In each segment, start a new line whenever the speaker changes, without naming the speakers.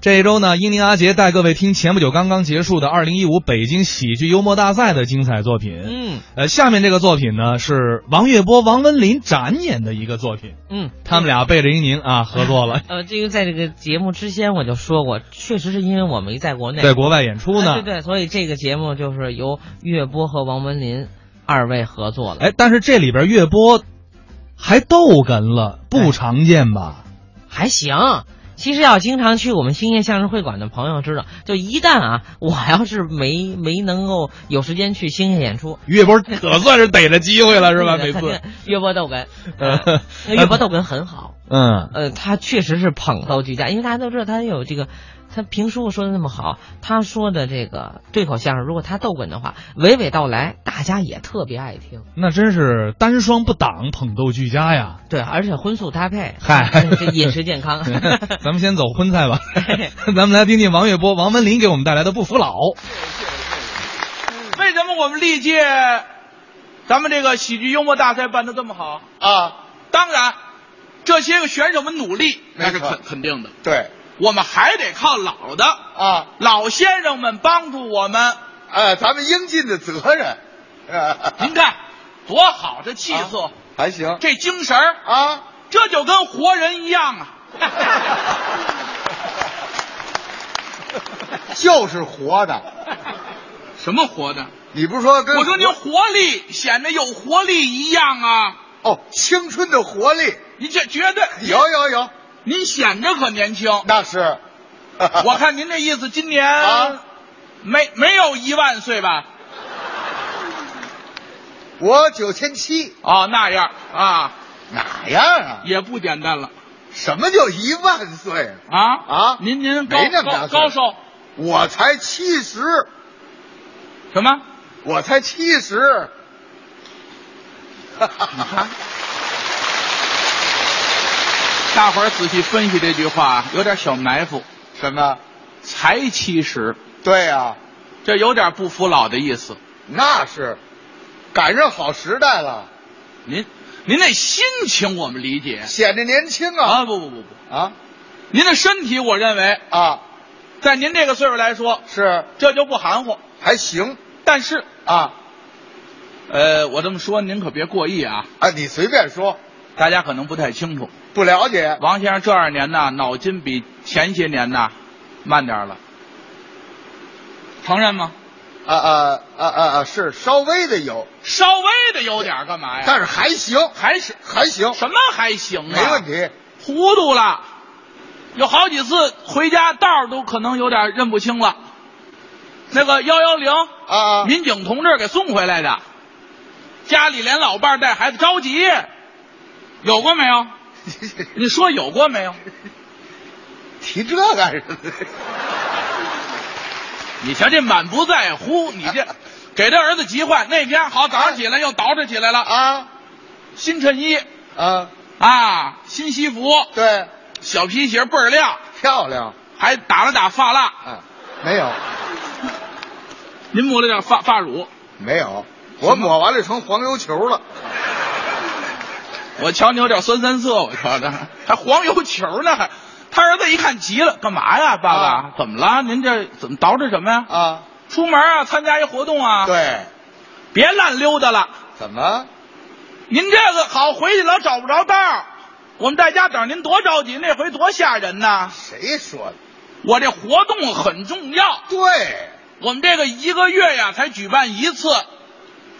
这一周呢，英宁阿杰带各位听前不久刚刚结束的2015北京喜剧幽默大赛的精彩作品。
嗯
呃，下面这个作品呢是王月波、王文林展演的一个作品，
嗯，
他们俩背着英宁啊合作了，
呃，这个在这个节目之前我就说过，确实是因为我没在国 内，
在国外演出呢。
嗯啊对对，所以这个节目就是由岳波和王文林二位合作的。
哎，但是这里边月波还逗哏了，不常见吧？
哎还行。其实要经常去我们兴业相声会馆的朋友知道，就一旦啊， 我要是没没能够有时间去兴业演出，
月波可算是逮着机会了，是吧？每
对的
次，
岳波逗 哏，
呃
呃岳波逗哏很好，
嗯，
呃，他确实是捧逗俱佳，因为大家都知道他有这个，他评书说的那么好，他说的这个对口相声，如果他逗哏的话，娓娓道来，大家也特别爱听。
那真是单双不挡，捧逗俱佳呀。
对，而且荤素搭配，
嗨
这饮食健康。
咱们先走荤菜吧，咱们来听听王月波、王文林给我们带来的《不服老》。
为什么我们历届咱们这个喜剧幽默大赛办的这么好？
啊，
当然，这些个选手们努力
没
那
错
是肯肯定的，
对
我们还得靠老的
啊，
老先生们帮助我们。
呃，咱们应尽的责任。
您看多好，这气色，
啊还行
这精神儿，
啊，
这就跟活人一样啊！
就是活的。
什么活的？
你不是说跟
我说您活力显得有活力一样啊！
哦，青春的活力
您这绝对，
有有有，
哦您显着可年轻。
那是。
我看您这意思，今年
啊
没没有一万岁吧？
我九千七，
哦，那样啊，
哪样啊？
也不简单了
什么叫一万岁？
啊
啊
您您高
没那么
高
大岁
高寿
我才七十，
什么？
我才七十。
你看，大伙儿仔细分析这句话，啊有点小埋伏，
什么？
才七十，
对呀、啊，
这有点不服老的意思。
那是赶上好时代了，
您您那心情我们理解
显着年轻啊
啊，不不不不，
啊
您的身体我认为
啊！
在您这个岁数来说，
是
这就不含糊。
还行
但是，
啊
呃，我这么说您可别过意啊，
啊，你随便说，
大家可能不太清楚。
不了解啊
王先生这二年呢，脑筋比前些年呢慢点儿了，承认吗？
啊啊啊啊啊，是稍微的有，
稍微的有点儿干嘛呀？
但是还行，
还是
还行
哎什么还行啊？
没问，题。
糊涂了，有好几次回家道儿都可能有点认不清了。那个幺幺零
啊
民警同志给送回来的，家里连老伴儿带孩子着急，有过没有？你说有过没有？
提这干什么？
你瞧这满不在乎，你这给他儿子急坏。那天好，早上起来又捯饬起来了，
啊
新衬衣
啊，
啊，新西服，
对，
小皮鞋倍儿亮，
漂亮
还打了打发蜡。
啊，没有
您抹了点发发乳，
没有，我抹完了成黄油球了。
我瞧你有点酸三色，我瞧着还黄油球呢。还他儿子一看急了，干嘛呀，爸爸？
啊
怎么了？您这怎么捯饬什么呀？
啊，
出门啊，参加一活动啊。，
对，
别乱溜达了。
怎么？
您这个好，回去老找不着道儿我们在家等着您多着急，那回多吓人呐！
谁说的？
我这活动很重要，
对，
我们这个一个月呀才举办一次。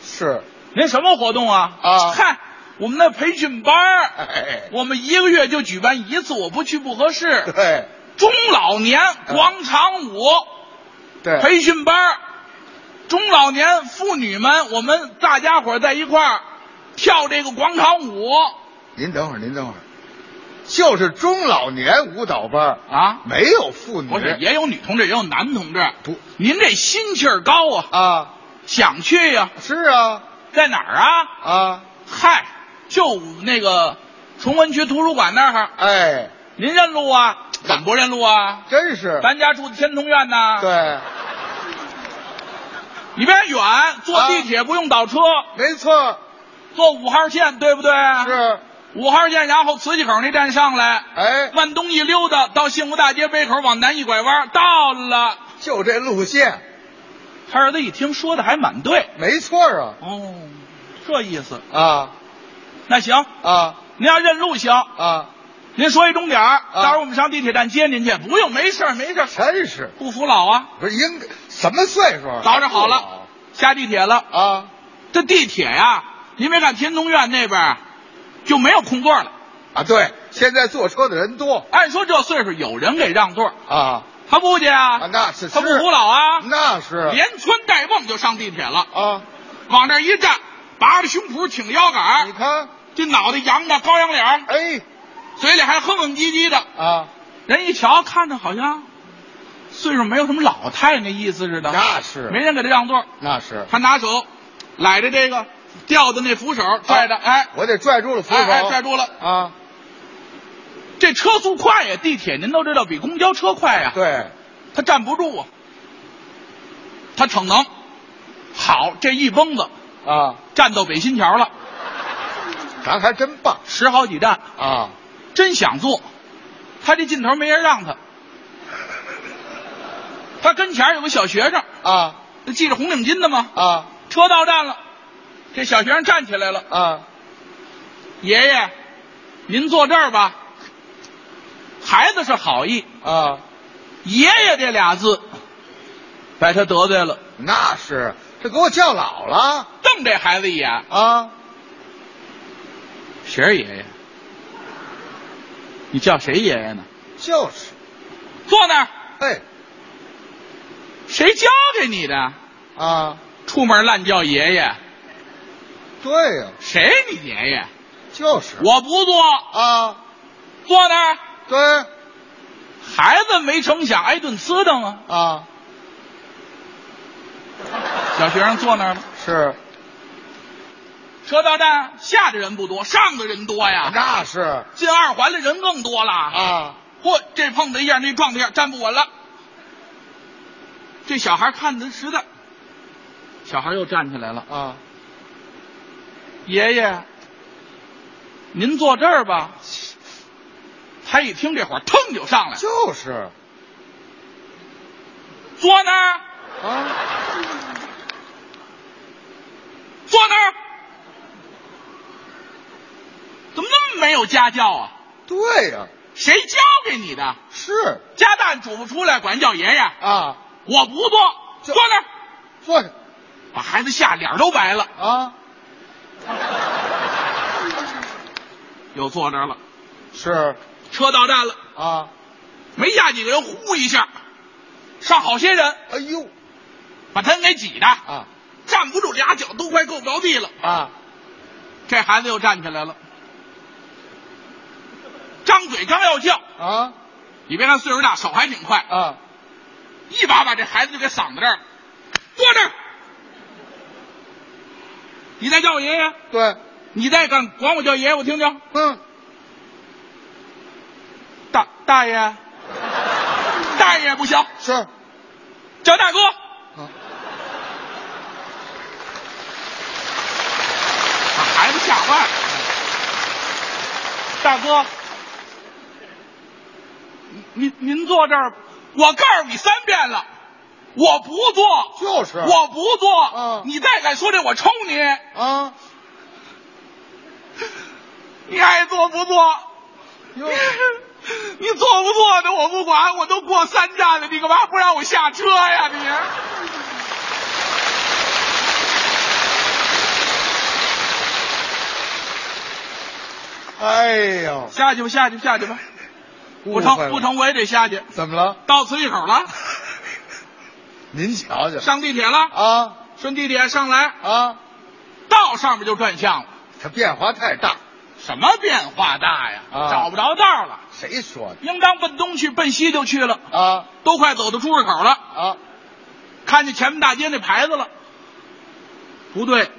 是，
您什么活动啊？
啊
嗨，我们那培训班儿，
哎，
我们一个月就举办一次，我不去不合适。
对
中老年
嗯
广场舞
对，
培训班儿，中老年妇女们，我们大家伙儿在一块儿跳这个广场舞
您等会儿，您等会儿，就是中老年舞蹈班儿，
啊。
没有妇女，
不是，也有女同志，也有男同志。
不
您这心气儿高啊，
啊，
想去呀、
是啊
在哪儿啊？
啊，
嗨，就那个崇文区图书馆那儿。
哎，
您认路啊？怎么不认路啊？
真是，
咱家住的天通苑呐，
对，
里边远，坐地铁不用倒车，
没错，
坐五号线，对不对？啊
是
五号线，然后磁器口那站上来，
哎，
万东一溜达到幸福大街北口，往南一拐弯，到了。
就这路线，
他儿子一听说的还蛮对，
没错啊
哦，这意思。
啊
那行，
啊
您要认路行，
啊！
您说一终点儿，到时候我们上地铁站接您去。不用，没事儿没事儿，
真啊是
不服老啊，
不是应该什么岁数啊？
早着好了，下地铁了。
啊
这地铁呀，您别看天通苑那边儿就没有空座了。
啊！对，现在坐车的人多
按说这岁数有人给让座，
啊
他不去
啊，
啊，
那是嗯
他不
是
服老啊，
那是
连穿带蹦就上地铁了，
啊！
往那儿一站，拔着胸脯挺腰杆
你
儿，
看，
这脑袋扬着高羊脸儿，
哎
嘴里还哼哼唧唧的。
啊，
人一瞧，看着好像岁数没有什么老太那意思似的，
那是
没人给他让座，
那是，
他拿手揽着这个吊的那扶手，拽着，哎
我得拽住了扶手，
哎哎，拽住了。
啊！
这车速快呀，地铁您都知道比公交车快呀，
对，
他站不住啊，他逞能，好，这一蹦子
啊，
站到北新桥了，
咱还真棒
十好几站，
啊！
真想坐，他这劲头没人让他，他跟前有个小学生，
啊
那系着红领巾的嘛，
啊
车到站了，这小学生站起来了，
啊！
爷爷，您坐这儿吧。孩子是好意，
啊，
爷爷这俩字，把他得罪了，
那是，这给我叫老了
瞪这孩子一眼，
啊！
谁是爷爷？你叫谁爷爷呢？
就是，哎
坐那儿，
嘿
谁教给你的？
啊，
出门乱叫爷爷，
对呀、
谁你爷爷？
就是
我不坐，
啊，
坐那儿。
对
孩子没成想挨顿呲瞪啊！
啊，
小学生坐那儿了，
是，
车到站下的人不多，上的人多呀。
那是
进二环的人更多了。
啊，
嚯，这碰他一下，那撞他一下，站不稳了。这小孩看的实在，小孩又站起来了。
啊，
爷爷，您坐这儿吧。他一听这火，腾就上来，
就是
坐那儿，
啊，
坐那儿。怎么那么没有家教啊？
对呀、
谁教给你的？
是
家大主不出来，管叫爷爷。
啊，
我不坐，
这
坐那儿，
坐下
把孩子吓脸都白了。
啊，
又坐这儿了，
是
车到站了。
啊，
没下几个人，呼一下，上好些人
哎呦
把他给挤的，
啊
站不住，俩脚都快够着地了。
啊，
这孩子又站起来了，张嘴刚要叫，
啊
你别看岁数大，手还挺快，
啊，
一把把这孩子就给搡在这儿了，坐这儿。你再叫我爷爷，
对，
你再敢管我叫爷爷，我听听。
嗯，
大大爷， 大爷不行，
是啊，
叫大哥。嗯把孩子啊吓坏了。大哥，您您您坐这儿，我告诉你三遍了，我不坐，
就是
我不坐。
嗯
你再敢说这，我抽你！
啊，
你爱坐不坐？
哟，
你坐不坐的我不管，我都过三站了，你干嘛不让我下车呀？你
哎呦，
下去吧，下去吧，下去吧。不
误会
成
了
不，成，我也得下去。
怎么了？
到磁器口 了，
您瞧瞧
上地铁了，
啊
顺地铁上来，
啊，
到上面就转向了。
它变化太大，
什么变化大呀？
啊
找不着道了，
谁说的
应当奔东去，奔西就去了，
啊
都快走到出入口了，
啊？
看见前面大街那牌子了，不对，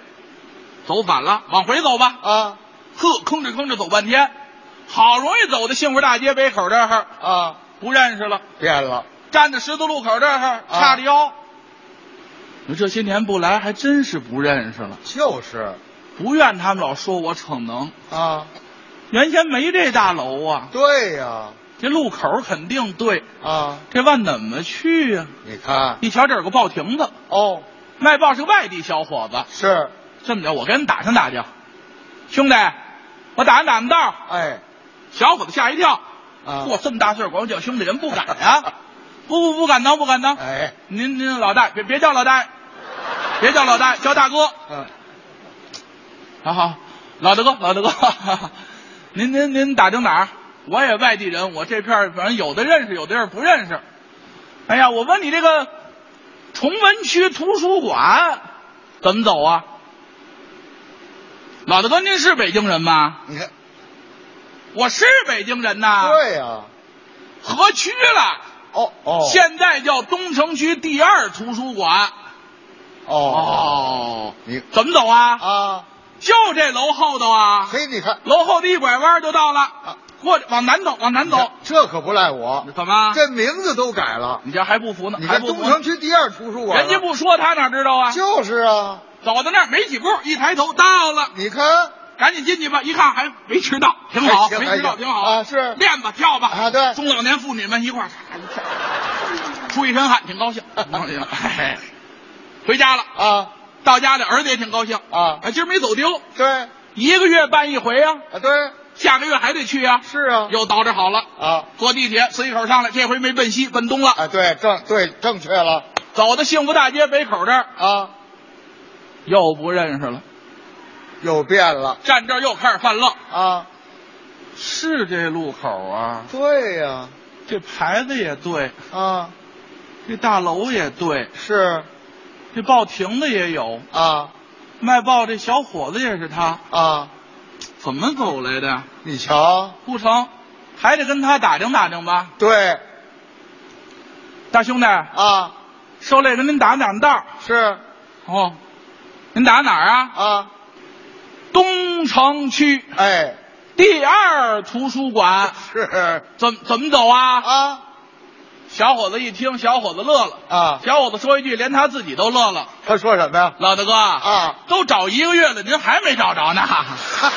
走反了，往回走吧。
啊
呵，吭哧吭哧走半天，好容易走到幸福大街北口这儿，
啊，
不认识了，
变了
站在十字路口这儿，
啊
叉着腰。你说这些年不来，还真是不认识了。
就是
不怨他们老说我逞能，
啊
原先没这大楼啊，
对呀、
这路口肯定对，
啊，
这万怎么去呀、
你看，
一瞧这有个报亭子，
哦，
卖报是个外地小伙子，
是，
这么着，我跟人打听打听，兄弟，我打听打听道儿。
哎，
小伙子吓一跳，
啊，
嚯，这么大岁数管我叫兄弟，人不敢呀、 不不不敢当，不敢当。
哎，
您您老大，别别叫老大，别叫老大，叫大哥。
嗯，
好好，老大哥，老大哥， 哈哈您您您打听哪儿？我也外地人，我这片儿反正有的认识，有的人不认识。哎呀，我问你这个崇文区图书馆怎么走啊？老大哥，您是北京人吗？
你看，
我是北京人呐，
对呀、
河区了，
哦哦，
现在叫东城区第二图书馆。
哦，
哦，
你
怎么走啊？
啊，
就这楼后头啊。
嘿，你看，
楼后的一拐弯就到了，过去往南走，往南走。
这可不赖我，
怎么？
这名字都改了。
你这还不服呢？
你
还
看
不
东
服
城区第二图书馆，
人家不说，他哪知道啊？
就是啊？
走到那儿没几步，一抬头到了，
你看
赶紧进去吧。一看还没迟到，挺好，
哎还行
没迟到
还行
挺好
啊是
练吧，跳吧
啊对
中老年妇女们一块儿，出一身汗，挺 高兴，挺高兴。哎回家了，
啊
到家了，儿子也挺高兴
啊，
哎今儿没走丢，
对啊
一个月办一回啊，
对，
下个月还得去啊。
是啊
又捯饬好了，
啊
坐地铁随口上来，这回没奔西，奔东了。
啊对正对正确了
走到幸福大街北口这儿，
啊，
又不认识了，
又变了
站这儿又开始犯愣。
啊，
是这路口啊，
对呀
这牌子也对，
啊
这大楼也对，
是
这报亭子也有，
啊
卖报这小伙子也是他，
啊，
怎么走来的？
你瞧，
不成，还得跟他打听打听吧。
对
大兄弟，
啊
受累跟您打听打听道儿
是
哦，您打哪儿啊？
啊
东城区
哎
第二图书馆，
是
怎怎么走啊？
啊
小伙子一听，小伙子乐了。
啊，
小伙子说一句，连他自己都乐了。
他说什么呀
老大哥，
啊？
都找一个月了，您还没找着呢。
哈哈